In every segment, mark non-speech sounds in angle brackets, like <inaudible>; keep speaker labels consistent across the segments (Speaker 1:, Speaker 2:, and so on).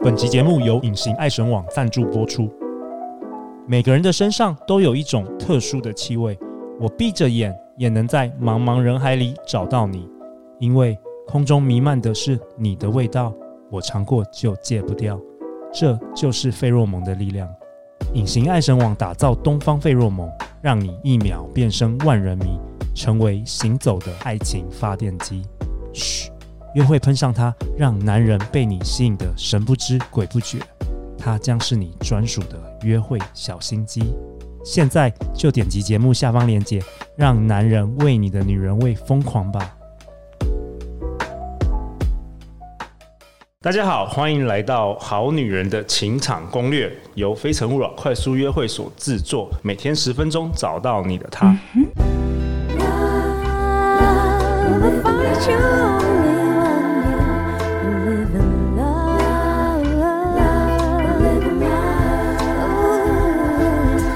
Speaker 1: 本集节目由隐形爱神网赞助播出。每个人的身上都有一种特殊的气味，我闭着眼也能在茫茫人海里找到你，因为空中弥漫的是你的味道，我尝过就戒不掉。这就是费洛蒙的力量。隐形爱神网打造东方费洛蒙，让你一秒变身万人迷，成为行走的爱情发电机。嘘，约会喷上它，让男人被你吸引的神不知鬼不觉。它将是你专属的约会小心机。现在就点击节目下方链接，让男人为你的女人味疯狂吧！大家好，欢迎来到《好女人的情场攻略》，由非诚勿扰快速约会所制作，每天十分钟，找到你的他。
Speaker 2: Love, if I truly want you, live in love, live in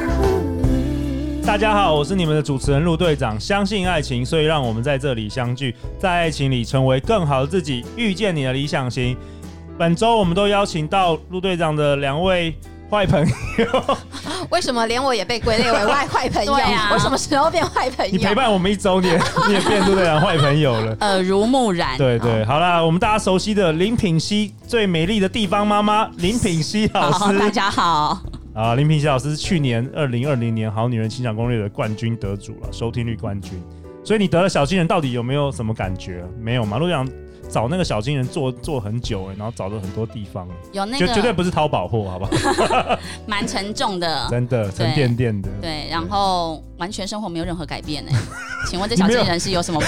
Speaker 2: love.
Speaker 1: 大家好，我是你们的主持人陆队长。相信爱情，所以让我们在这里相聚，在爱情里成为更好的自己，遇见你的理想型。本周我们都邀请到陆队长的两位坏朋
Speaker 3: 哎
Speaker 1: 友，
Speaker 4: 为什么连我也被归类
Speaker 5: <laughs>
Speaker 4: 为坏坏朋友？
Speaker 3: 对啊
Speaker 4: 我什么时候变坏朋
Speaker 1: 你陪
Speaker 4: 友？
Speaker 1: 伴我们一周
Speaker 3: <laughs>
Speaker 1: 年，你也变陆队长坏朋友了。
Speaker 3: 耳濡目染。
Speaker 1: 对对，好啦，我们大家熟悉的林品熙最美丽的地方妈妈林品熙老
Speaker 3: 好，
Speaker 1: 师
Speaker 3: 大家好，
Speaker 1: 啊，林品熙老师是去年二零二零年《好女人情场攻略》的冠军得主了，收听率冠军。所以你得了小金人，到底有没有什么感觉？没有嘛？陆想找那个小金人做做很久、欸，然后找了很多地方，
Speaker 3: 有那
Speaker 1: 绝绝对
Speaker 3: 个
Speaker 1: 不是淘宝货，好不
Speaker 3: <laughs>
Speaker 1: 好？
Speaker 3: 蛮沉重的，
Speaker 1: 真的沉甸甸的。
Speaker 3: 对，然后完全生活没有任何改
Speaker 1: <laughs>
Speaker 3: 变哎。请问这小金人是有什么？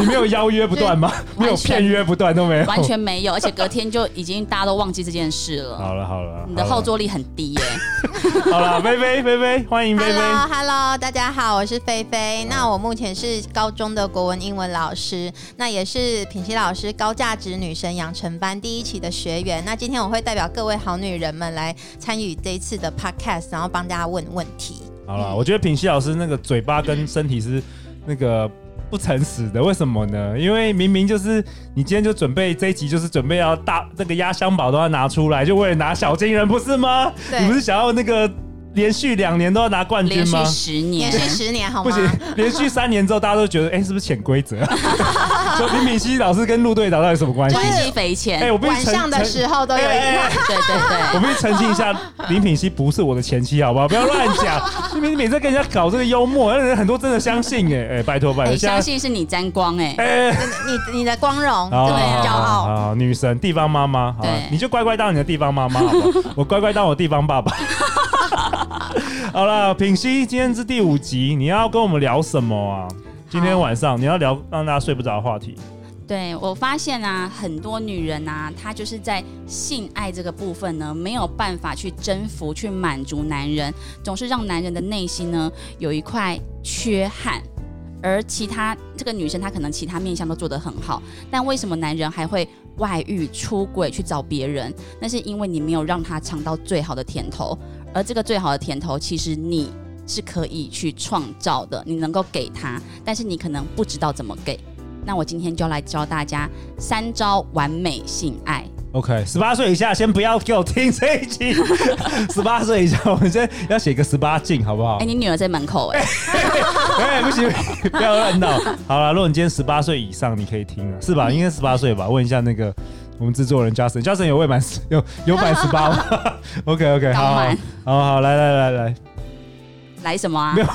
Speaker 1: 你没有邀约不断吗？没有片约不断都没有。
Speaker 3: <laughs> 完全没有，而且隔天就已经大家都忘记这件事了。
Speaker 1: 好了好了，
Speaker 3: 你的
Speaker 1: 好了
Speaker 3: 后坐力很低耶，
Speaker 1: 好了，菲菲菲菲，欢迎菲
Speaker 5: h e l
Speaker 1: 菲
Speaker 5: l o h e l l o 大家好，我是菲菲。那我目前是高中的国文、英文老师，那也是品熙老师高价值女神养成班第一期的学员。那今天我会代表各位好女人们来参与这一次的 podcast，然后帮大家问问题。
Speaker 1: 好了，我觉得品熙老师那个嘴巴跟身体是那个不诚实的，为什么呢？因为明明就是你今天就准备这一集，就是准备要大那个压箱宝都要拿出来，就为了拿小金人，不是吗？
Speaker 5: 对
Speaker 1: 你不是想要那个连续两年都要拿冠军
Speaker 3: 连
Speaker 1: 吗
Speaker 3: 续？十
Speaker 5: 连
Speaker 3: 年
Speaker 5: 续，十年好
Speaker 1: 不
Speaker 5: 吗？
Speaker 1: 行，连续三年之后，大家都觉得，哎、是不是潜
Speaker 5: <laughs>
Speaker 1: 规则？说林敏熙老师跟陆队长到底什么关系？
Speaker 3: 关系匪
Speaker 1: 哎、
Speaker 3: 浅。
Speaker 1: 我必须
Speaker 5: 晚
Speaker 1: 澄
Speaker 5: 上的时候都有一
Speaker 1: 哎 <laughs> 哎哎
Speaker 5: 个。
Speaker 3: 对对
Speaker 1: 我
Speaker 3: 对，
Speaker 1: 必须澄清一下，林品熙不是我的前妻，好不好？不要乱
Speaker 3: <laughs>
Speaker 1: 讲，因为你每次跟人家搞这个幽默，让人很多真的相信哎、哎、拜托拜托，
Speaker 3: 哎，
Speaker 1: 现在
Speaker 3: 相信是你沾光哎。 <laughs>
Speaker 1: 哎，
Speaker 5: 你你的光荣，
Speaker 1: 好
Speaker 5: 真的
Speaker 1: 好
Speaker 5: 很骄
Speaker 1: 好
Speaker 5: 傲。
Speaker 1: 好好女神地方妈妈，好啊
Speaker 3: 对
Speaker 1: 你就乖乖当你的地方妈妈，好不好？我乖乖当我地方
Speaker 3: <laughs>
Speaker 1: 爸爸。好了，品熙，今天是第五集，你要跟我们聊什么啊？今天晚上你要聊让大家睡不着的话题，
Speaker 3: 对我发现啊，很多女人啊，她就是在性爱这个部分呢，没有办法去征服、去满足男人，总是让男人的内心呢有一块缺憾。而其他这个女生，她可能其他面相都做得很好，但为什么男人还会外遇、出轨去找别人？那是因为你没有让他尝到最好的甜头，而这个最好的甜头，其实你是可以去创造的，你能够给他，但是你可能不知道怎么给。那我今天就要来教大家三招完美性爱。
Speaker 1: OK，十八岁以下先不要给我听这一集。十八岁以下，我们先要写个十八禁，好不好
Speaker 3: 哎、？你女儿在门口
Speaker 1: <laughs>
Speaker 3: 哎、
Speaker 1: 哎、不行， <laughs> 不要乱闹。好了，如果你今天十八岁以上，你可以听了，啊是吧？应该十八岁吧？问一下那个我们制作人 Justin，Justin 有未满 <laughs> 十有有满十八吗？OK OK，好
Speaker 3: 刚
Speaker 1: 好
Speaker 3: 满
Speaker 1: 好好，来来来来，
Speaker 3: 来什么啊
Speaker 1: 没？有，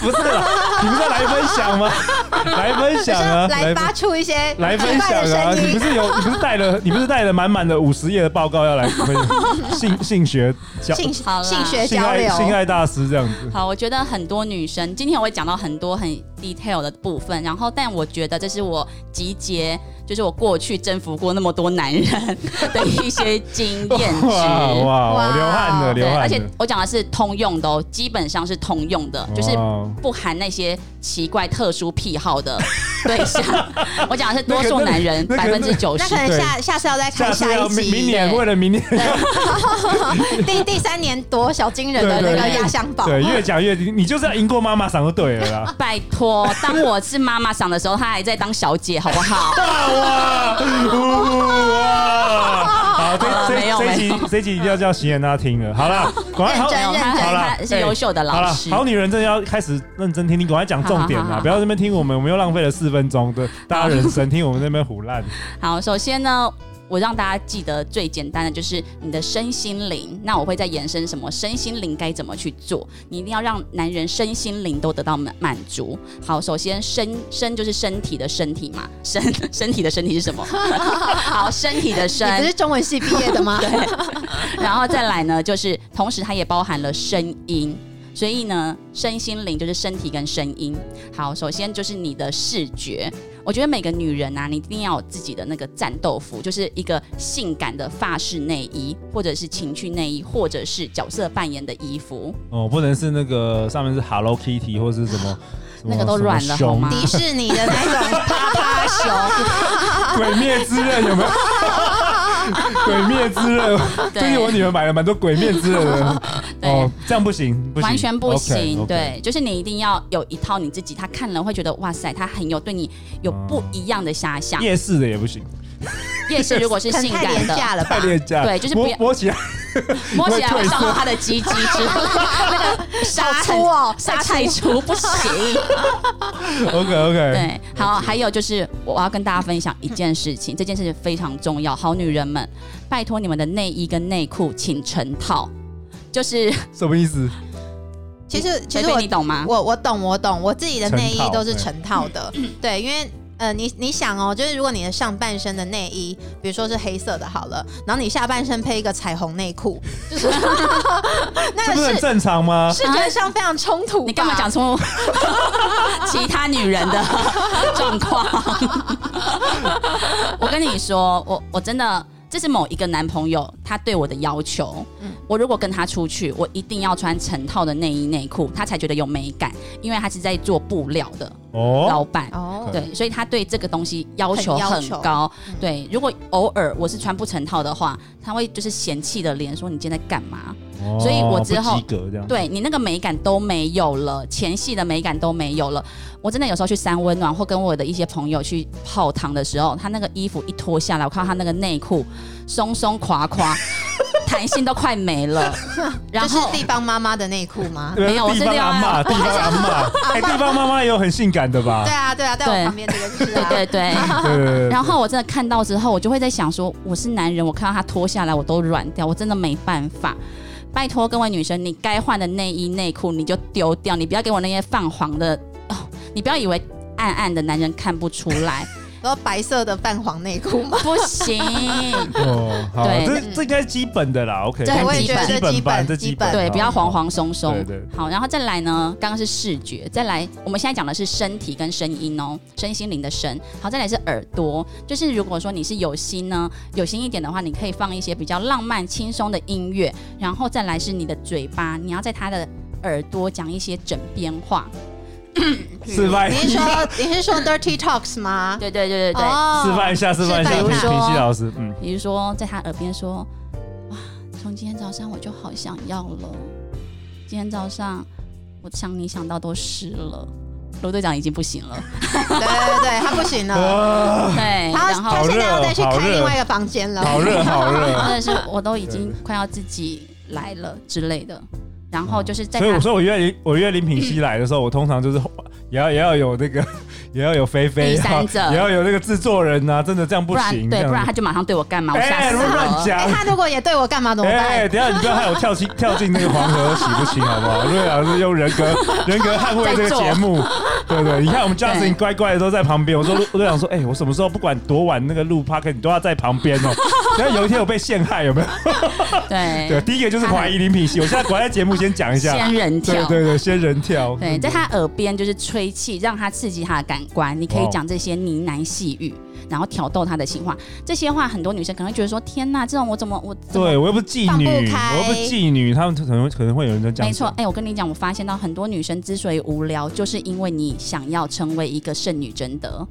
Speaker 1: 不是啦，你不是要来分享吗？来分
Speaker 5: 就
Speaker 1: 享
Speaker 5: 是
Speaker 1: 啊，
Speaker 5: 来发出一些
Speaker 1: 来
Speaker 5: 奇
Speaker 1: 分
Speaker 5: 怪
Speaker 1: 享
Speaker 5: 的
Speaker 1: 啊！
Speaker 5: 声
Speaker 1: 你不
Speaker 5: 音，
Speaker 1: 是有，你不是带了，你不是带了满满的五十页的报告要来 <laughs> 分享性性学交
Speaker 5: 性
Speaker 3: 好啦
Speaker 5: 性学
Speaker 1: 性
Speaker 5: 交
Speaker 1: 爱
Speaker 5: 流，
Speaker 1: 性爱大师这样子。
Speaker 3: 好，我觉得很多女生今天我会讲到很多很 detail 的部分，然后但我觉得这是我集结，就是我过去征服过那么多男人的一些经验值。
Speaker 1: <laughs> 哇哇，我流汗了，
Speaker 3: 对
Speaker 1: 流，汗了。
Speaker 3: 而且我讲的是通用的哦，基本上是通用的，就是
Speaker 1: 哇
Speaker 3: 不含那些奇怪特殊癖好的对
Speaker 1: <laughs>
Speaker 3: 象。我讲的是多
Speaker 1: 那
Speaker 3: 数
Speaker 1: 个那
Speaker 3: 男人
Speaker 1: 那个
Speaker 3: 百分之九
Speaker 5: 那
Speaker 3: 十
Speaker 5: 可。能下下次要再
Speaker 1: 哦下
Speaker 5: 开
Speaker 1: 次
Speaker 5: 下
Speaker 1: 要
Speaker 5: 一
Speaker 1: 明
Speaker 5: 集，
Speaker 1: 明年
Speaker 3: 对
Speaker 1: 为了明年，
Speaker 5: <laughs> 第第三年夺小金人的那个压箱宝，
Speaker 1: 对，越讲越你就是要赢过妈妈嗓就对了啦。
Speaker 3: 拜托，当我是妈妈桑的时候，她还在
Speaker 4: <laughs>
Speaker 3: 当小姐，好不好？
Speaker 1: 哇哇！好，
Speaker 3: 好了
Speaker 1: 这
Speaker 3: 没有
Speaker 1: 这这一集这一集一定要叫席恩娜听了。好了，赶快好
Speaker 5: 认真
Speaker 3: 没有他
Speaker 1: 好了哎
Speaker 3: 他是优秀的
Speaker 1: 好
Speaker 3: 老
Speaker 1: 了，
Speaker 3: 师。
Speaker 1: 好女人真的要开始认真听，你赶快讲重点
Speaker 3: 好好
Speaker 1: 啦，
Speaker 3: 好
Speaker 1: 不要在那边听我们，我们又浪费了四分钟的大家人生，听我们在那边胡乱。
Speaker 3: 好，首先呢，我让大家记得最简单的就是你的身心灵。那我会再延伸什么身心灵该怎么去做？你一定要让男人身心灵都得到满满足。好，首先身身就是身体的身体嘛，身 <laughs> 身体的身体是什么？ <laughs> 好，身体的身
Speaker 4: 你。不是中文系毕业的吗？
Speaker 3: <laughs> 然后再来呢，就是同时它也包含了声音，所以呢，身心灵就是身体跟声音。好，首先就是你的视觉。我觉得每个女人啊，你一定要有自己的那个战斗服，就是一个性感的发饰内衣，或者是情趣内衣，或者是角色扮演的衣服。
Speaker 1: 哦，不能是那个上面是 Hello Kitty 或是什么。什么
Speaker 3: 那个都软了
Speaker 1: 什么
Speaker 3: 好吗
Speaker 5: 迪士尼的那种啪啪熊，
Speaker 1: 熊 <laughs> 鬼灭之刃有没有？ <laughs> 鬼灭之刃，最近我女儿买了蛮多鬼灭之刃的。
Speaker 3: 对
Speaker 1: 哦，这样不行，不行，
Speaker 3: 完全不行
Speaker 1: OK，OK
Speaker 3: 对，就是你一定要有一套你自己，他看了会觉得哇塞，他很有对你有
Speaker 1: 哦
Speaker 3: 不一样的遐想。
Speaker 1: 夜市的也不行，
Speaker 3: 夜市如果是
Speaker 5: 可能
Speaker 3: 性
Speaker 5: 太
Speaker 3: 感
Speaker 5: 廉
Speaker 3: 的，
Speaker 5: 价了吧
Speaker 1: <laughs> 太？廉价了。
Speaker 3: 对就是不
Speaker 1: 摸
Speaker 3: 要
Speaker 1: 摸起
Speaker 3: <laughs>
Speaker 1: 来
Speaker 3: 摸起来会伤到他的鸡鸡之后，那个
Speaker 4: 好
Speaker 3: 沙很
Speaker 4: 粗哦
Speaker 3: 沙太粗不行。
Speaker 1: OK OK，
Speaker 3: 对，好，还有就是我要跟大家分享一件事情，这件事情非常重要，好女人们，拜托你们的内衣跟内裤请成套，就是
Speaker 1: 什么意思？
Speaker 5: 其实其
Speaker 3: 菲
Speaker 5: 实
Speaker 3: 菲
Speaker 5: 我
Speaker 3: 你懂吗？
Speaker 5: 我我懂我懂，我自己的内
Speaker 1: 成套
Speaker 5: 衣都是成套
Speaker 1: <laughs>
Speaker 5: 的，对，因为。呃，你你想哦，就是如果你的上半身的内衣，比如说是黑色的好了，然后你下半身配一个彩虹内
Speaker 1: <laughs>
Speaker 5: 裤，就是
Speaker 1: 这
Speaker 5: 那
Speaker 1: 不是
Speaker 5: 个
Speaker 1: 很
Speaker 5: 视
Speaker 1: 正常吗？
Speaker 5: 视觉上非常冲突吧。
Speaker 3: 你干嘛讲 <laughs> 出其他女人 <laughs> 的状况？ <laughs> 我跟你说，我我真的。这是某一个男朋友他对我的要求。我如果跟他出去，我一定要穿成套的内衣内裤，他才觉得有美感，因为他是在做布料的
Speaker 1: 哦，
Speaker 3: 老板。
Speaker 5: 哦？
Speaker 3: 对，所以他对这个东西要求
Speaker 5: 很要
Speaker 3: 很
Speaker 5: 求
Speaker 3: 高。对，如果偶尔我是穿不成套的话，他会就是嫌弃的脸说：“你今天在干嘛？”所以我之
Speaker 1: 哦不
Speaker 3: 后
Speaker 1: 及格这样。
Speaker 3: 对你那个美感都没有了，前戏的美感都没有了。我真的有时候去三温暖或跟我的一些朋友去泡汤的时候，他那个衣服一脱下来，我看到他那个内裤松松垮
Speaker 5: <laughs>
Speaker 3: 垮，弹性都快没了。然
Speaker 5: 这是
Speaker 3: 后
Speaker 5: 地方妈妈的内裤吗？
Speaker 1: 对
Speaker 3: 没有我
Speaker 1: 地
Speaker 3: 是
Speaker 1: 方
Speaker 3: 另外
Speaker 1: 阿妈，地方阿
Speaker 3: <laughs>
Speaker 1: 妈，哎，地方妈妈也有很性感的吧
Speaker 5: 对？啊，对啊，在
Speaker 3: 对
Speaker 5: 我旁边这个
Speaker 3: <laughs>
Speaker 5: 就是
Speaker 3: 对
Speaker 5: 啊，
Speaker 3: 对对。
Speaker 1: 对对对。
Speaker 3: 然后我真的看到之后，我就会在想说，我是男人，我看到他脱下来我都软掉，我真的没办法。拜托各位女生，你该换的内衣内裤你就丢掉，你不要给我那些泛黄的哦，你不要以为暗暗的男人看不出来，
Speaker 5: 然后白色的泛黄内裤嘛，
Speaker 3: <laughs> 不行。
Speaker 1: <laughs> 哦，好，
Speaker 3: 对
Speaker 1: 这这应该是基本的啦，OK，
Speaker 3: 对我也觉得
Speaker 1: 基
Speaker 5: 这
Speaker 1: 本
Speaker 5: 基
Speaker 1: 版，
Speaker 5: 本
Speaker 1: 这基
Speaker 5: 基本
Speaker 3: 对，不要黄。
Speaker 1: 好
Speaker 3: 黄松松。
Speaker 1: 对对
Speaker 3: 好，然后再来呢，刚刚是视觉，再来我们现在讲的是身体跟声音哦，身心灵的身。好，再来是耳朵，就是如果说你是有心呢，有心一点的话，你可以放一些比较浪漫轻松的音乐，然后再来是你的嘴巴，你要在他的耳朵讲一些枕边话。
Speaker 1: <laughs> 示范
Speaker 5: 你是说你是说 dirty talks 吗？
Speaker 3: 对对对对对，
Speaker 5: 哦
Speaker 1: 示范一下，示范一下，
Speaker 5: 示
Speaker 1: 平
Speaker 5: 范
Speaker 3: 一下
Speaker 1: 西老师，嗯，
Speaker 3: 比如说在他耳边说：“哇，从今天早上我就好想要了，今天早上我想你想到都湿了。”罗队长已经不行
Speaker 1: <laughs>
Speaker 3: 了，
Speaker 5: 对对对，他不行了，
Speaker 1: 啊，
Speaker 3: 对，
Speaker 5: 他
Speaker 3: 然
Speaker 5: 他
Speaker 3: 后
Speaker 5: 现在要再去
Speaker 1: 好热
Speaker 5: 开另外一个房间了。
Speaker 1: 好热，好
Speaker 3: <laughs> 真
Speaker 1: 热。
Speaker 3: 的是我都已经快要自己来了之类的，然后就是在
Speaker 1: 哦所以我
Speaker 3: 他
Speaker 1: 说，我约林我约林品熙来的时候，我通常就是也要也要有那个， <laughs> 也要有菲菲，
Speaker 3: 第三者
Speaker 1: 也要有那个制作人呐，真的这样
Speaker 3: 不
Speaker 1: 不
Speaker 3: 然
Speaker 1: 行，
Speaker 3: 对，
Speaker 1: 这样
Speaker 3: 不然他就马上对我干嘛，我吓
Speaker 1: 哎，
Speaker 3: 死
Speaker 1: 乱
Speaker 3: 了。
Speaker 5: 哎、
Speaker 1: 讲。
Speaker 5: 他如果也对我干嘛怎么办？
Speaker 1: <laughs> 哎、等一下你不要害我跳进跳进那个黄河洗不清好不好？瑞老师用人格人格捍卫这个节目，对不对？你看我们 Justin
Speaker 3: 对
Speaker 1: 乖乖的都在旁边，我说我瑞想说，哎、我什么时候不管多晚那个录 p a r k 你都要在旁边哦。然后有一天我被陷害，有没有？对，
Speaker 3: 对，
Speaker 1: 第一个就是怀疑林品熙，我现在赶快在节目先讲一下。
Speaker 3: 仙人
Speaker 1: 对
Speaker 3: 跳。
Speaker 1: 对对，仙人跳。
Speaker 3: 对，在他耳边就是吹气，让他刺激他的感官。你可以讲这些呢喃细语，然后挑逗他的情话。这些话很多女生可能会觉得说：“天哪，这种我怎么我怎么
Speaker 1: 对，我又不是妓女，
Speaker 5: 放不开
Speaker 1: 我又不是妓女，他们可能可能会有人在这样。
Speaker 3: 没错，，哎、我跟你讲，我发现到很多女生之所以无聊，就是因为你想要成为一个剩女贞德，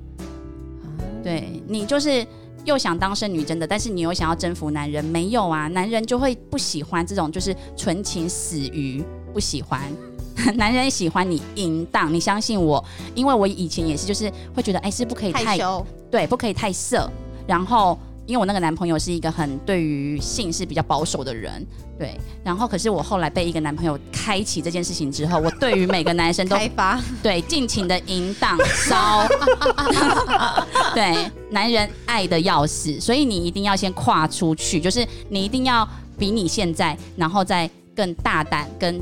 Speaker 3: 对你就是又想当剩女贞德，但是你又想要征服男人，没有啊，男人就会不喜欢这种就是纯情死鱼，不喜欢。 <laughs> 男人喜欢你淫荡，你相信我，因为我以前也是，就是会觉得哎、是不可以
Speaker 5: 害
Speaker 3: 太
Speaker 5: 羞，
Speaker 3: 对，不可以太色，然后因为我那个男朋友是一个很对于性是比较保守的人，对。然后可是我后来被一个男朋友开启这件事情之后，我对于每个男生都
Speaker 5: 开发
Speaker 3: 对尽情的淫荡骚，对，男人爱的要死，所以你一定要先跨出去，就是你一定要比你现在，然后再更大胆跟。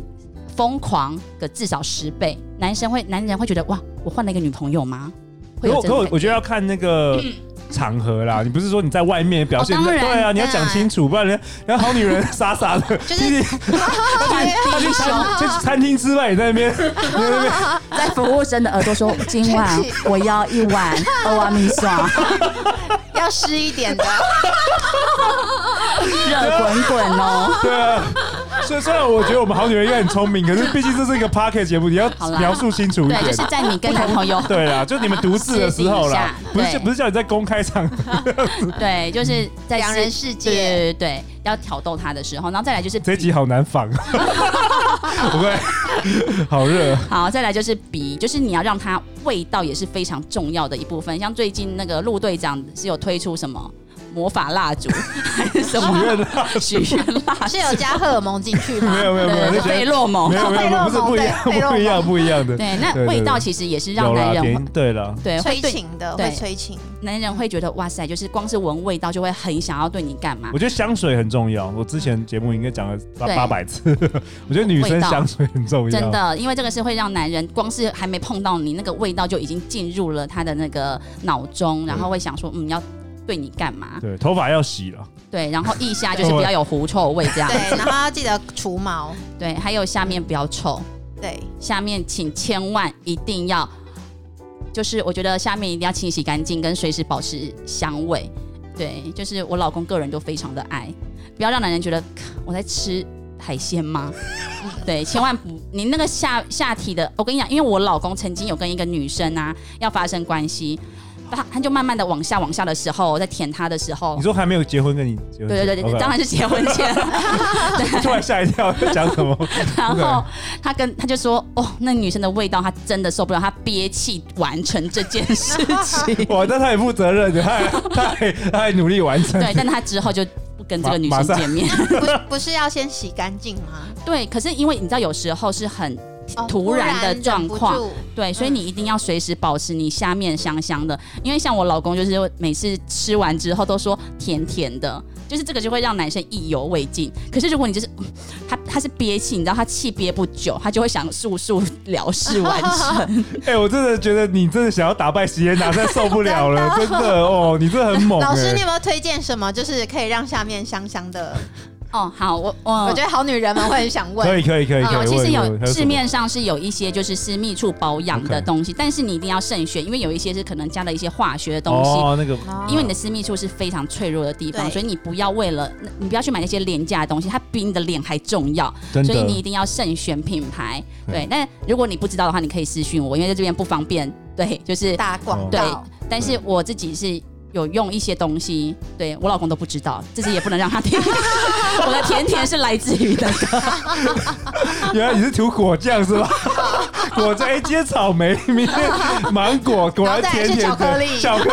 Speaker 3: 疯狂个至少十倍，男生会男人会觉得哇，我换了一个女朋友吗？
Speaker 1: 可
Speaker 3: 会有
Speaker 1: 我可
Speaker 3: 这种
Speaker 1: 我
Speaker 3: 感
Speaker 1: 我觉得要看那个场合啦，你不是说你在外面表现，
Speaker 3: 哦当然
Speaker 1: 对啊，你要讲清楚，不然人家人家好女人 <laughs> 傻傻的，
Speaker 5: 就
Speaker 1: 你
Speaker 5: 是
Speaker 1: 他去餐去餐厅吃饭，你在那边
Speaker 3: 在服务生的耳朵说：“今晚我要一碗欧阿米 <laughs> 爽，
Speaker 5: <laughs> 要湿一点的，
Speaker 3: 热滚滚哦。
Speaker 1: 对啊。所以虽然我觉得我们好女人也很聪明，可是毕竟这是一个 p o c k e t 节目，你要
Speaker 3: 好啦
Speaker 1: 描述清”楚一
Speaker 3: 对，就
Speaker 1: 点
Speaker 3: 是。在你跟男朋友
Speaker 1: 对啦，就你们独自的时候啦，
Speaker 3: 私
Speaker 1: 不
Speaker 3: 底
Speaker 1: 是
Speaker 3: 下对
Speaker 1: 不是叫你在公开场合，
Speaker 3: <laughs> 对，就是在
Speaker 5: 两人
Speaker 3: 世对
Speaker 5: 世
Speaker 3: <laughs>
Speaker 5: 界。
Speaker 3: 对对对，要挑逗他的时候，然后再来就是
Speaker 1: 这一集好难仿， <laughs> 不会，好热。
Speaker 3: 好，再来就是鼻，就是你要让它味道也是非常重要的一部分。像最近那个陆队长是有推出什么魔法蜡 <laughs> 烛还是什
Speaker 1: 许
Speaker 3: 么
Speaker 1: 愿啦，
Speaker 3: 许愿蜡
Speaker 5: 是
Speaker 3: 烛？
Speaker 5: 有加荷尔蒙进去吗？
Speaker 1: 没有没有没有，
Speaker 3: <laughs> 啊对，
Speaker 1: 那
Speaker 3: 是
Speaker 1: 觉得
Speaker 3: 费洛蒙
Speaker 1: 没。有没有，没有不是不一 <laughs> 样，
Speaker 5: 贝洛蒙
Speaker 1: 不一样，不一样的。
Speaker 3: 对，那
Speaker 1: 对对
Speaker 3: 味道
Speaker 1: 对
Speaker 3: 其实也是让
Speaker 1: 有啦
Speaker 3: 男，人
Speaker 1: 点对了，
Speaker 3: 对会
Speaker 5: 催
Speaker 3: 对
Speaker 5: 情的，
Speaker 3: 对
Speaker 5: 会催情。
Speaker 3: 男人会觉得哇塞，就是光是闻味道就会很想要对你干嘛
Speaker 1: 我？觉得香水很重要。我之前节目应该讲了八
Speaker 3: 对
Speaker 1: 八百次， <laughs> 我觉得女生
Speaker 3: 味道
Speaker 1: 香水很重要。
Speaker 3: 真，的，因为这个是会让男人光是还没碰到你，那个味道就已经进入了他的那个脑中，然后会想说，嗯，要对你干嘛？
Speaker 1: 对，头发要洗了，
Speaker 3: 对，然后腋下就是不要有狐臭味这样。
Speaker 5: 对，然后要记得除毛。
Speaker 3: 对，还有下面不要臭，
Speaker 5: 对，
Speaker 3: 下面请千万一定要，就是我觉得下面一定要清洗干净，跟随时保持香味。对，就是我老公个人就非常的爱，不要让男人觉得咔我在吃海
Speaker 1: <laughs>
Speaker 3: 鲜吗？对，千万不，你那个下下体的，我跟你讲，因为我老公曾经有跟一个女生啊要发生关系，他他就慢慢的往下往下的时候，在舔她的时候
Speaker 1: 你，说还没有结婚跟你结婚前？
Speaker 3: 哦对对对，
Speaker 1: OK
Speaker 3: 当然是结婚前。
Speaker 1: <laughs> 突然吓一跳，讲什么？
Speaker 3: <laughs> 然后他跟他就说：“哦，那女生的味道，他真的受不了，他憋气完成这件
Speaker 1: <laughs>
Speaker 3: 事情。
Speaker 1: 哇，那他也负责任，他还他还他还努力完成。
Speaker 3: 对，但他之后就不跟这个女
Speaker 1: 马
Speaker 3: 生
Speaker 1: 马上
Speaker 3: 见
Speaker 1: <laughs>
Speaker 3: 面。
Speaker 5: 不是 <laughs> 不是要先洗干净吗？
Speaker 3: 对，可是因为你知道，有时候是很
Speaker 5: 哦
Speaker 3: 突然的状况，
Speaker 5: 突然忍不住
Speaker 3: 对，所以你一定要随时保持你下面香香的，因为像我老公就是每次吃完之后都说甜甜的，就是这个就会让男生意犹未尽。可是如果你就是嗯他他是憋气，你知道他气憋不久，他就会想速速了事完
Speaker 1: <laughs>
Speaker 3: 成。
Speaker 1: 哎，我真的觉得你真的想要打败席耶娜，真的受不了了，
Speaker 3: <laughs>
Speaker 1: 真的哦，你真的很猛。
Speaker 5: 老师，
Speaker 1: 哎
Speaker 5: 你有没有推荐什么就是可以让下面香香的？
Speaker 3: 哦，好，我我
Speaker 5: 我觉得好女人们会很想
Speaker 1: 可
Speaker 5: 问。
Speaker 1: 以可以可以可
Speaker 3: 啊，
Speaker 1: 以，
Speaker 3: 其实
Speaker 1: 我我
Speaker 3: 有
Speaker 1: 还什
Speaker 3: 市
Speaker 1: 么
Speaker 3: 面上是有一些就是私密处保养的
Speaker 1: OK
Speaker 3: 东西，但是你一定要慎选，因为有一些是可能加了一些化学的东西。
Speaker 1: 哦，那个
Speaker 3: 因为你的私密处是非常脆弱的地方，
Speaker 5: 对
Speaker 3: 所以你不要为了你不要去买那些廉价的东西，它比你的脸还重要，
Speaker 1: 真
Speaker 3: 所以你
Speaker 1: 的
Speaker 3: 一定要慎选品牌。
Speaker 1: 嗯
Speaker 3: 对，但如果你不知道的话，你可以私讯我，因为在这边不方便。对，就是
Speaker 5: 打广
Speaker 3: 对
Speaker 5: 告，，
Speaker 3: 但是我自己是有用一些东西，对我老公都不知道，自己也不能让他听。我的甜甜是来自于
Speaker 1: <laughs>
Speaker 3: 那个
Speaker 1: 原来你是涂果酱是
Speaker 3: <laughs>
Speaker 1: 吧？果酱，哎、今天草莓，明天芒果，果然甜甜的。
Speaker 5: 然后再来是
Speaker 1: 巧克力。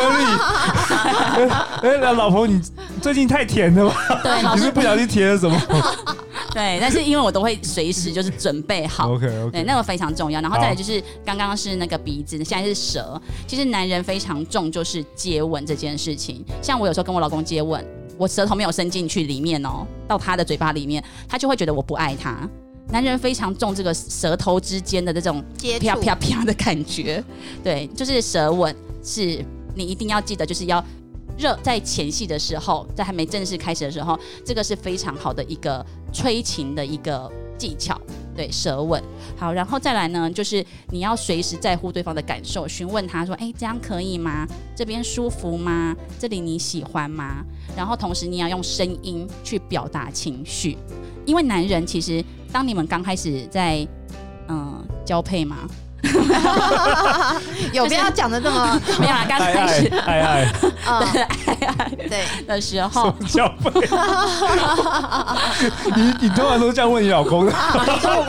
Speaker 1: 哎、
Speaker 3: <laughs>
Speaker 1: 哎老婆，你最近太甜了吧？
Speaker 3: 对老
Speaker 1: 你
Speaker 3: 师
Speaker 1: 是不小心甜了什么
Speaker 3: 对，但是因为我都会随时就是准备 <laughs> 好。
Speaker 1: ？OK OK，
Speaker 3: 对，那个非常重要。然后再来就是刚刚是那个鼻子，现在是舌。其实男人非常重就是接吻这件事情。像我有时候跟我老公接吻，我舌头没有伸进去里面哦，到他的嘴巴里面，他就会觉得我不爱他。男人非常重这个舌头之间的这种
Speaker 5: 接
Speaker 3: 啪
Speaker 5: 触
Speaker 3: 啪啪的感觉。对，就是舌吻是你一定要记得，就是要热在前戏的时候，在还没正式开始的时候，这个是非常好的一个催情的一个技巧。对，舌吻好，然后再来呢，就是你要随时在乎对方的感受，询问他说：“哎，这样可以吗？这边舒服吗？这里你喜欢吗？”然后同时你要用声音去表达情绪，因为男人其实当你们刚开始在嗯交配嘛，
Speaker 5: 有必要讲的这么
Speaker 3: <laughs> 没有啦，刚
Speaker 1: 爱
Speaker 3: 开
Speaker 1: 爱
Speaker 3: 始
Speaker 1: 爱爱，
Speaker 5: 呃
Speaker 3: 对爱 <laughs>
Speaker 5: 对，
Speaker 3: 的时
Speaker 1: 什
Speaker 3: 候，
Speaker 1: 么叫背？
Speaker 3: <laughs>
Speaker 1: 你你通常都这样问你老公的，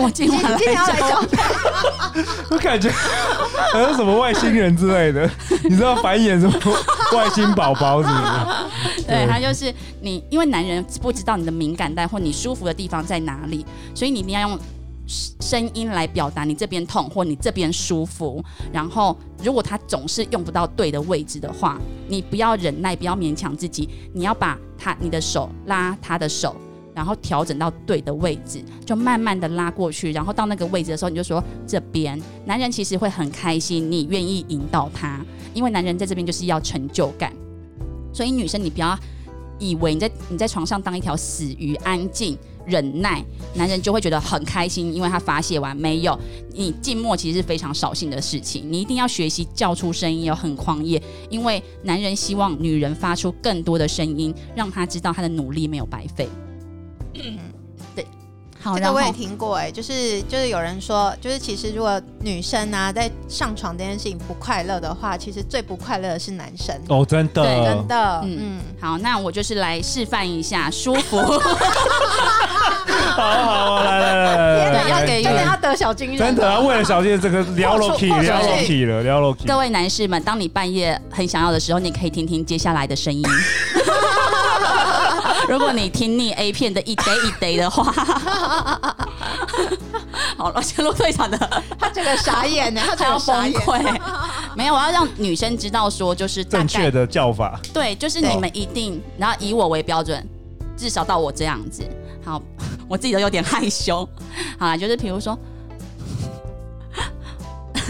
Speaker 3: 我今晚来
Speaker 5: 今天要来
Speaker 3: 教
Speaker 5: 教，
Speaker 1: 我感觉好像什么外星人之类的，你知道繁衍什么外星宝宝什么的？
Speaker 3: <laughs> 对，他就是你，因为男人不知道你的敏感带或你舒服的地方在哪里，所以你一定要用声音来表达你这边痛或你这边舒服。然后，如果他总是用不到对的位置的话，你不要忍耐，不要勉强自己，你要把他你的手拉他的手。然后调整到对的位置，就慢慢的拉过去。然后到那个位置的时候，你就说这边。男人其实会很开心，你愿意引导他，因为男人在这边就是要成就感。所以女生你不要以为你在你在床上当一条死鱼，安静忍耐，男人就会觉得很开心，因为他发泄完没有。你静默其实是非常扫兴的事情，你一定要学习叫出声音，要很狂野，因为男人希望女人发出更多的声音，让他知道他的努力没有白费。对，好，
Speaker 5: 嗯这
Speaker 3: 然
Speaker 5: 个
Speaker 3: 后
Speaker 5: 我也听过哎、就是就是有人说，就是其实如果女生啊在上床这件事情不快乐的话，其实最不快乐的是男生，
Speaker 1: 哦，真的，
Speaker 3: 对
Speaker 5: 真的，
Speaker 3: 嗯
Speaker 5: 嗯，
Speaker 3: 好，那我就是来示范一下舒服。
Speaker 1: 好好好，来来来来来，
Speaker 3: 对要给
Speaker 4: 真
Speaker 1: 来
Speaker 3: 真的
Speaker 4: 的
Speaker 1: 来
Speaker 4: 要得小金人，
Speaker 1: 呃真的啊，为了小姐这个聊
Speaker 4: 豁出
Speaker 1: Loki
Speaker 4: 豁出
Speaker 1: 聊
Speaker 5: 去
Speaker 1: Loki 了，聊
Speaker 5: 嗯
Speaker 1: Loki，
Speaker 3: 各位男士们，当你半夜很想要的时候，你可以听听接下来的声
Speaker 5: <laughs>
Speaker 3: 音。如果你听腻 A 片的一堆一堆的话，
Speaker 5: <laughs>
Speaker 3: 好了，先录队长的，
Speaker 5: 他这个傻眼呢、他
Speaker 3: 他
Speaker 5: 这
Speaker 3: 要
Speaker 5: 个傻
Speaker 3: 崩
Speaker 5: 眼，
Speaker 3: 溃。 <laughs> 没有，我要让女生知道说，就是大
Speaker 1: 正确
Speaker 3: 概
Speaker 1: 的叫法，
Speaker 3: 对，就是你们一
Speaker 5: 哦
Speaker 3: 定，然后以我为标准，至少到我这样子。好， <laughs> 我自己都有点害羞。好啦，就是比如说， <laughs>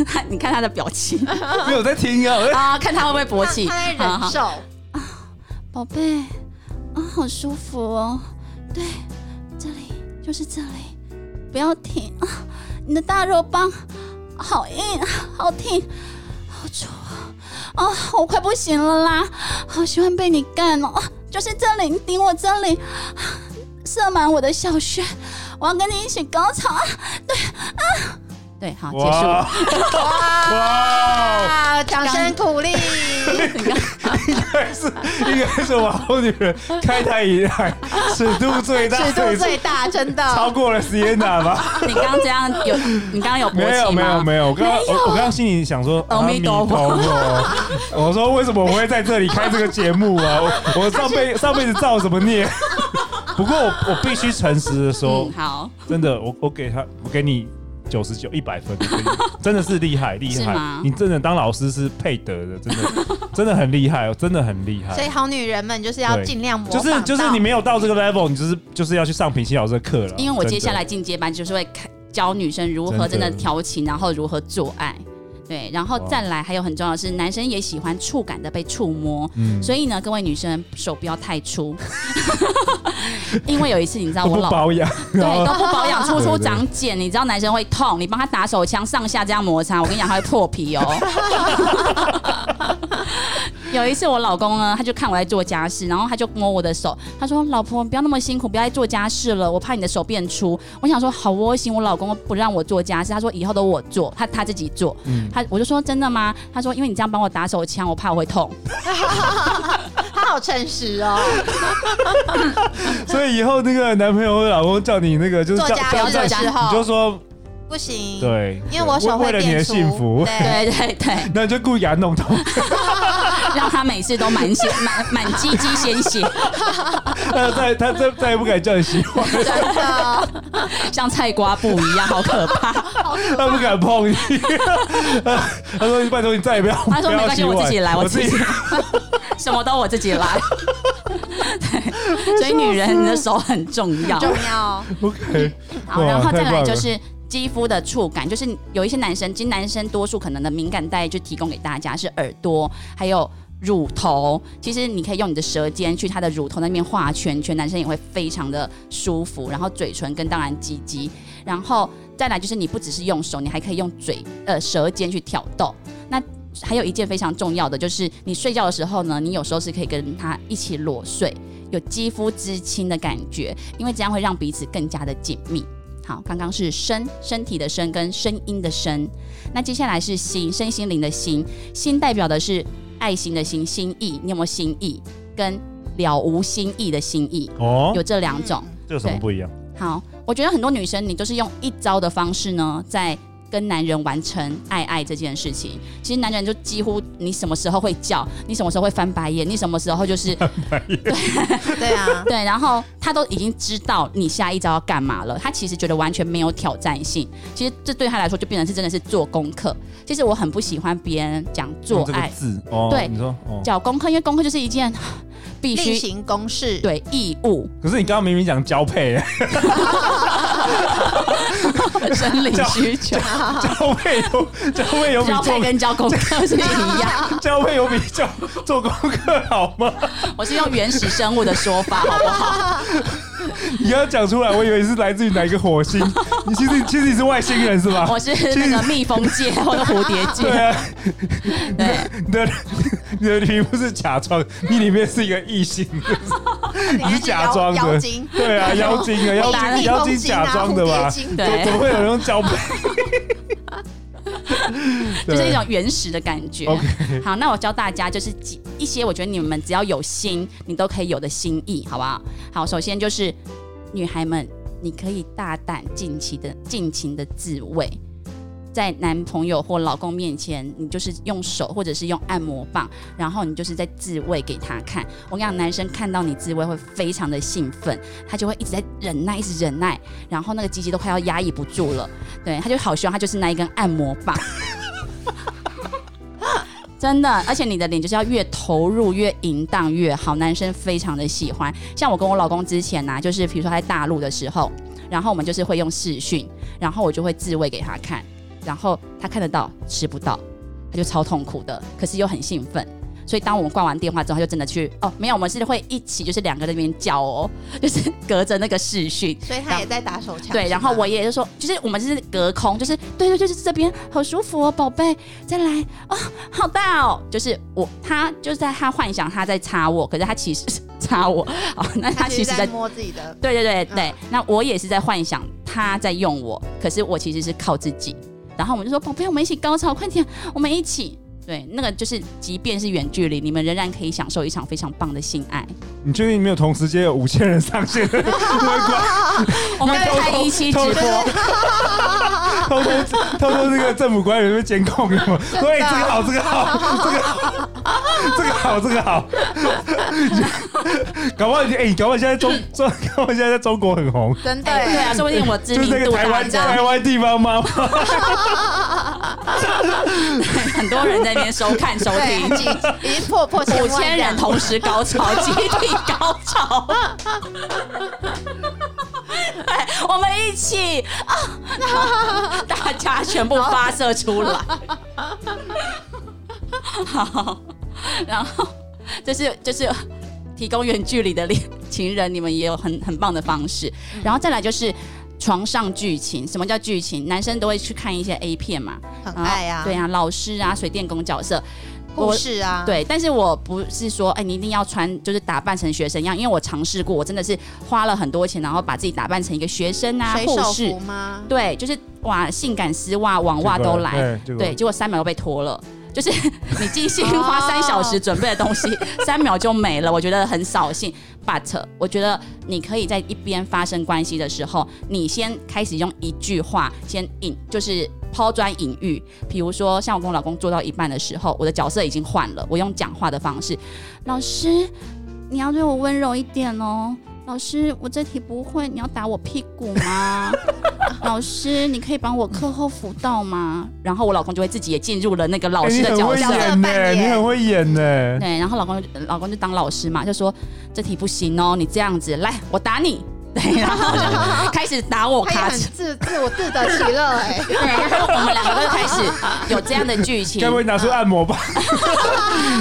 Speaker 3: 他你看他的表情
Speaker 5: <laughs>
Speaker 1: 没有在听啊，我在
Speaker 3: 啊，看他会不会勃
Speaker 5: 他
Speaker 3: 起。
Speaker 5: 他在
Speaker 3: 好
Speaker 5: 忍
Speaker 3: 好
Speaker 5: 受，
Speaker 3: 宝贝，啊，好舒服哦。对，这里就是这里，不要停啊！你的大肉棒好硬，好挺，好粗哦！啊，我快不行了啦，好喜欢被你干哦！啊就是这里，你顶我这里，啊射满我的小穴，我要跟你一起高潮啊！对啊，对，好，结束
Speaker 1: 哇
Speaker 3: 了。 <laughs>
Speaker 1: 哇，哦
Speaker 5: 啊，掌声鼓励，
Speaker 1: 还是应该是我好女人开台以来尺度最 <laughs> 大，
Speaker 5: 尺度最大， <laughs> 真
Speaker 1: 超
Speaker 5: 的，
Speaker 1: 过了 Sienna 吧？
Speaker 3: 你刚刚这样有，你刚刚有勃
Speaker 1: 没有
Speaker 3: 起吗？哦
Speaker 1: 没有没有，我刚刚我我刚刚心里想说，啊
Speaker 3: 阿弥陀佛
Speaker 1: 阿弥陀佛 <laughs> 我说为什么我会在这里开这个节目啊？我我上辈上辈子造什么孽？ <laughs> 不过我我必须诚实的说
Speaker 3: 嗯，，好，
Speaker 1: 真的，我我给他，我给你九十九一百分，我给你真的是厉害厉
Speaker 3: 是
Speaker 1: 害
Speaker 3: 吗，
Speaker 1: 你真的当老师是配得的，真的
Speaker 3: <laughs>
Speaker 1: 真的很厉害，真的很厉
Speaker 5: 所以
Speaker 1: 害。
Speaker 5: 好女人们就是要
Speaker 1: 对
Speaker 5: 尽量模
Speaker 1: 就
Speaker 5: 仿
Speaker 1: 是就是
Speaker 5: 到
Speaker 1: 你没有到这个 level，你就是就是要去上平西老师的课了。
Speaker 3: 因为我接
Speaker 1: 真的
Speaker 3: 下来进阶班就是会开教女生如何
Speaker 1: 真
Speaker 3: 真
Speaker 1: 的
Speaker 3: 的调情，然后如何做爱。对，然后
Speaker 1: 哇
Speaker 3: 再来还有很重要的是，男生也喜欢触感的被触摸，
Speaker 1: 嗯
Speaker 3: 所以呢，各位女生手不要太粗， <laughs> 因为有一次你知道
Speaker 1: 都
Speaker 3: 我
Speaker 1: 不
Speaker 3: 老
Speaker 1: 保养，
Speaker 3: 对
Speaker 1: 然后
Speaker 3: 都不保养，粗粗
Speaker 1: 哦对对
Speaker 3: 长茧，你知道男生会痛，你帮他打手枪上下这样摩擦，我跟你讲他会破皮
Speaker 1: <laughs>
Speaker 3: 哦。有一次我老公呢，他就看我在做家事，然后他就摸我的手，他说：“老婆，不要那么辛苦，不要再做家事了，我怕你的手变粗。”我想说好窝心，我老公不让我做家事，他说以后都我做，他他自己做。
Speaker 1: 嗯
Speaker 3: 他我就说真的吗？他说因为你这样帮我打手枪，我怕我会痛。
Speaker 5: 他好诚实
Speaker 1: <laughs>
Speaker 5: 哦，
Speaker 1: 所以以后那个男朋友或者老公叫你那个就是
Speaker 5: 做
Speaker 1: 叫
Speaker 5: 家
Speaker 1: 叫
Speaker 5: 事的
Speaker 1: 叫，
Speaker 5: 时
Speaker 1: 你就
Speaker 5: 候
Speaker 1: 说
Speaker 5: 不
Speaker 3: 嗯
Speaker 5: 行，，
Speaker 1: 对，
Speaker 5: 因为我
Speaker 1: 为
Speaker 5: 手会
Speaker 1: 为了你
Speaker 5: 变
Speaker 1: 的
Speaker 5: 粗，
Speaker 1: 幸福，
Speaker 5: 对，
Speaker 3: 对对对，
Speaker 1: <laughs> 那你就故意给他弄痛，
Speaker 3: 让他每次都满血满满鸡鸡鲜血，
Speaker 1: 他再他再再也不敢叫你洗碗，
Speaker 5: 真的。
Speaker 1: <laughs>
Speaker 3: 像菜瓜布一样，好可怕。
Speaker 1: 他不敢碰你。 <laughs> 他说：“拜托你再也不要。”
Speaker 3: <laughs> 他说没关系，
Speaker 1: 不要洗碗
Speaker 3: 我自己来，
Speaker 1: 我
Speaker 3: 我自己 <laughs> 什么都我自己来。 <laughs> 对，所以女人你的手很重
Speaker 5: <laughs>
Speaker 3: 要。
Speaker 5: 重要，
Speaker 1: <laughs> OK。
Speaker 3: <laughs> 好，
Speaker 1: 哇
Speaker 3: 然后再
Speaker 1: 太棒
Speaker 3: 来
Speaker 1: 了
Speaker 3: 就是肌肤的触感，就是有一些男生，其实男生多数可能的敏感带就提供给大家是耳朵，还有。乳头，其实你可以用你的舌尖去他的乳头那边画圈圈，男生也会非常的舒服。然后嘴唇跟当然鸡鸡，然后再来就是你不只是用手，你还可以用嘴呃舌尖去挑逗。那还有一件非常重要的就是你睡觉的时候呢，你有时候是可以跟他一起裸睡，有肌肤之亲的感觉，因为这样会让彼此更加的紧密。好，刚刚是身身体的身跟声音的声，那接下来是心身心灵的心，心代表的是爱心的心，心意，你有没有心意？跟了无新意的新意，
Speaker 1: 哦
Speaker 3: 有，这两种。
Speaker 1: 这有什么不一样？
Speaker 3: 好，我觉得很多女生你都是用一招的方式呢，在跟男人完成爱爱这件事情。其实男人就几乎你什么时候会叫，你什么时候会翻白眼，你什么时候就是，
Speaker 5: 对啊
Speaker 3: 对，然后他都已经知道你下一招要干嘛了，他其实觉得完全没有挑战性。其实这对他来说就变成是真的是做功课。其实我很不喜欢别人讲
Speaker 1: 嗯
Speaker 3: 做
Speaker 1: 用这个
Speaker 3: 爱、
Speaker 1: 字哦，
Speaker 3: 对
Speaker 1: 你说哦。
Speaker 3: 讲功课，因为功课就是一件必
Speaker 5: 例
Speaker 3: 须
Speaker 5: 行公事，
Speaker 3: 对义
Speaker 5: <laughs>
Speaker 3: 务
Speaker 1: 可是你刚刚明明讲交配， <laughs>
Speaker 3: 生理
Speaker 1: 叫
Speaker 3: 需求。
Speaker 1: 交配有交配有比
Speaker 3: 交配
Speaker 1: 做
Speaker 3: 跟交功课是一样，
Speaker 1: 交配有比做 <laughs> 做功课好吗？
Speaker 3: 我是用原始生物的说法，好不好？
Speaker 1: 你刚刚讲出来，我以为是来自于哪一个火
Speaker 3: <laughs>
Speaker 1: 星，你其实其实你是外星人是吧？
Speaker 3: 我是那个蜜蜂界或者蝴蝶
Speaker 1: 对
Speaker 3: 界，
Speaker 1: 啊，
Speaker 3: 对，
Speaker 1: <laughs> 你的你的题目是假装，你里面是一个异
Speaker 3: <laughs>
Speaker 1: 性，你是假装的
Speaker 5: 妖妖精，
Speaker 1: 对啊，妖精啊，妖
Speaker 3: 打了
Speaker 1: 精
Speaker 5: 蜜
Speaker 1: 妖
Speaker 5: 蜂
Speaker 1: 精
Speaker 5: 精啊
Speaker 1: 假装的吧
Speaker 5: 蝴？蝶精
Speaker 3: 对
Speaker 1: <laughs> 怎么会有人用交
Speaker 3: <laughs>
Speaker 1: 配？
Speaker 3: 就是一
Speaker 1: 对
Speaker 3: 种原始的感觉。
Speaker 1: OK
Speaker 3: 好，那我教大家就是几一些，我觉得你们只要有心，你都可以有的心意，好不好？好，首先就是女孩们，你可以大胆尽情的尽情的自慰。在男朋友或老公面前，你就是用手或者是用按摩棒，然后你就是在自慰给他看。我跟你讲，男生看到你自慰会非常的兴奋，他就会一直在忍耐，一直忍耐，然后那个鸡鸡都快要压抑不住了。对，他就好希望他就是那一根按摩棒。真的，而且你的脸就是要越投入、越淫荡越好，男生非常的喜欢。像我跟我老公之前呐、啊就是比如说他在大陆的时候，然后我们就是会用视讯，然后我就会自慰给他看，然后他看得到吃不到，他就超痛苦的，可是又很兴奋。所以当我们挂完电话之后，他就真的去哦，没有，我们是会一起就是两个在那边叫哦，就是隔着那个视讯，
Speaker 5: 所以他也在打手枪，
Speaker 3: 对，然后
Speaker 5: 是吗
Speaker 3: 我也就说，就是我们就是隔空，就是对对对，就是这边好舒服哦，宝贝，再来哦，好大哦，就是我他就是在他幻想他在擦我，可是他其实是擦我，哦，那他
Speaker 5: 他
Speaker 3: 其
Speaker 5: 其
Speaker 3: 实
Speaker 5: 实
Speaker 3: 在
Speaker 5: 在摸自己的，
Speaker 3: 对对对对，那我也是在幻想他在用我，可是我其实是靠自己。然后我们就说，宝贝，我们一起高潮，快点，我们一起。对，那个就是，即便是远距离，你们仍然可以享受一场非常棒的性爱。
Speaker 1: 你确定没有同时间有五千人上线的 <laughs> 微观？
Speaker 3: 我们
Speaker 1: 偷
Speaker 3: 开
Speaker 1: 偷
Speaker 3: 一期直
Speaker 1: 偷
Speaker 3: 播，
Speaker 1: 偷偷偷偷这个政府官员被监控有吗？
Speaker 3: 啊
Speaker 1: 对，这个好，这个好，这个好，这个好，这个好。搞不好 <laughs> 你哎、搞不好现
Speaker 3: <laughs>
Speaker 1: 在中中，搞不好现在在中国很红，
Speaker 5: 真的
Speaker 3: 哎对啊，说不定我知
Speaker 1: 就是
Speaker 3: 名
Speaker 1: 那个
Speaker 3: 度
Speaker 1: 台
Speaker 3: 大
Speaker 1: 湾
Speaker 3: 增。
Speaker 1: 台湾地方妈妈，
Speaker 3: 很多人在那边收看收
Speaker 5: 对，
Speaker 3: 听，
Speaker 5: 已已经破破千
Speaker 3: 五
Speaker 5: 万
Speaker 3: 千人
Speaker 5: 这样
Speaker 3: 同时高潮，
Speaker 5: <laughs>
Speaker 3: 集体高潮。对，我们一起
Speaker 5: <laughs>
Speaker 3: 啊，大家全部发射出来。好，然后就是就是提供远距离的恋情人，你们也有很很棒的方式。
Speaker 5: 嗯
Speaker 3: 然后再来就是床上剧情，什么叫剧情？男生都会去看一些 A 片嘛，
Speaker 5: 很
Speaker 3: 然后
Speaker 5: 爱啊，
Speaker 3: 对啊，老师啊，水电工角色，
Speaker 5: 护士啊，，
Speaker 3: 对，但是我不是说，哎、你一定要穿，就是打扮成学生一样，因为我尝试过，我真的是花了很多钱，然后把自己打扮成一个学生啊，
Speaker 5: 水
Speaker 3: 护
Speaker 5: 手
Speaker 3: 士
Speaker 5: 服，吗？
Speaker 3: 对，就是哇，性感丝袜、网袜都来，
Speaker 1: 对，
Speaker 3: 对，
Speaker 1: 对，
Speaker 3: 结果三秒被脱了。就是 <laughs> 你精心花三小时准备的东西，三秒就没了，我觉得很扫兴。But 我觉得你可以在一边发生关系的时候，你先开始用一句话先引，就是抛砖引玉。比如说，像我跟我老公做到一半的时候，我的角色已经换了，我用讲话的方式，老师，你要对我温柔一点哦。老师，我这题不会，你要打我屁股 <laughs> 吗？老师，你可以帮我课后辅导吗？然后我老公就会自己也进入了那个老
Speaker 1: 哎
Speaker 3: 师
Speaker 1: 你
Speaker 3: 的
Speaker 1: 很
Speaker 3: 角
Speaker 1: 会
Speaker 3: 色，
Speaker 1: 演呢、
Speaker 5: 扮演
Speaker 1: 你很会演呢、
Speaker 3: 对，然后老公就老公就当老师嘛，就说这题不行哦，你这样子来，我打你。对，然后就开始打我
Speaker 5: 他也
Speaker 3: 卡
Speaker 5: 很
Speaker 3: 车，
Speaker 5: 自自我自得其乐 <laughs> 哎，
Speaker 3: <laughs> 对，然后我们两个就开始有这样的剧 <laughs>
Speaker 1: <laughs>
Speaker 3: 情
Speaker 1: 该。不会拿出按摩棒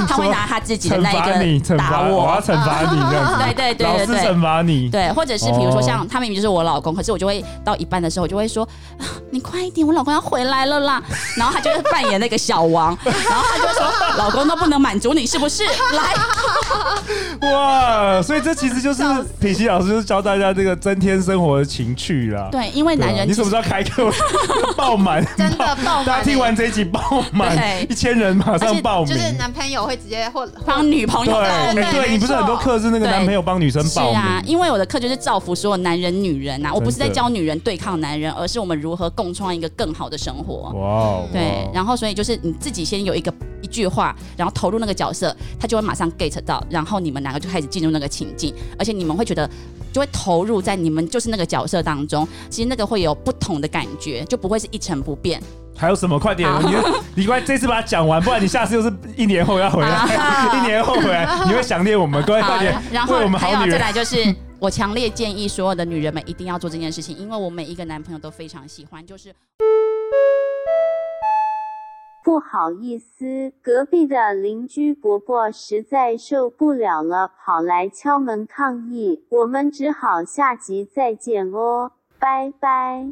Speaker 3: 他会拿他自己的
Speaker 1: 惩
Speaker 3: 那
Speaker 1: 罚你，
Speaker 3: 一
Speaker 1: 惩
Speaker 3: 个打
Speaker 1: 罚我
Speaker 3: 我
Speaker 1: 要，惩罚你这样子，
Speaker 3: <laughs> 对对对
Speaker 1: 老
Speaker 3: 对
Speaker 1: 师
Speaker 3: 对
Speaker 1: 惩罚你，
Speaker 3: 对，或者是比如说
Speaker 1: 哦
Speaker 3: 像他明明就是我老公，可是我就会到一半的时候，我就会说、啊、你快一点，我老公要回来了啦。然后他就会扮演那个小王，然后他就会说老公都不能满足你是不是？来
Speaker 1: 哇，所以这其实就是品熙老师就是教大家这个增添生活的情趣啦。
Speaker 3: 对，因为
Speaker 1: 对啊，
Speaker 3: 男人
Speaker 1: 你什么时候开课爆
Speaker 3: <laughs>
Speaker 1: 满？
Speaker 5: 真的爆满
Speaker 1: 大家听完这一集爆满
Speaker 5: 对，
Speaker 1: 一千人马上报名
Speaker 5: 就。是男朋友会直接或
Speaker 3: 帮女朋友
Speaker 1: 对，
Speaker 3: 报
Speaker 1: 哎
Speaker 3: 名。
Speaker 1: 对你不是很多课是那个
Speaker 3: 对
Speaker 1: 男朋友帮女生
Speaker 3: 是
Speaker 1: 报
Speaker 3: 啊，
Speaker 1: 名，
Speaker 3: 因为我的课就是造福所有男人、女人呐、啊我不是在
Speaker 1: 真的
Speaker 3: 教女人对抗男人，而是我们如何共创一个更好的生活。
Speaker 1: 哇哦，
Speaker 3: 对，
Speaker 1: 后
Speaker 3: 然后所以就是你自己先有一个一句话，然后投入那个角色，他就会马上 get 到，然后你们两个就开始进入那个情境，而且你们会觉得就会投入在你们就是那个角色当中，其实那个会有不同的感觉，就不会是一成不变。
Speaker 1: 还有什么？快点，
Speaker 3: 好 <laughs>
Speaker 1: 你你快这次把它讲完，不然你下次又是一年后要回来， <laughs> 一年后回来你会想念我们，各位快
Speaker 3: 啊好，
Speaker 1: 点
Speaker 3: 然啊然后
Speaker 1: 为我们
Speaker 3: 还
Speaker 1: 好
Speaker 3: 有
Speaker 1: 女
Speaker 3: 再
Speaker 1: 人。
Speaker 3: 来就是，我强烈建议所有的女人们一定要做这件事情，因为我每一个男朋友都非常喜欢，就是
Speaker 6: 不好意思，隔壁的邻居伯伯实在受不了了，跑来敲门抗议，我们只好下集再见哦，拜拜。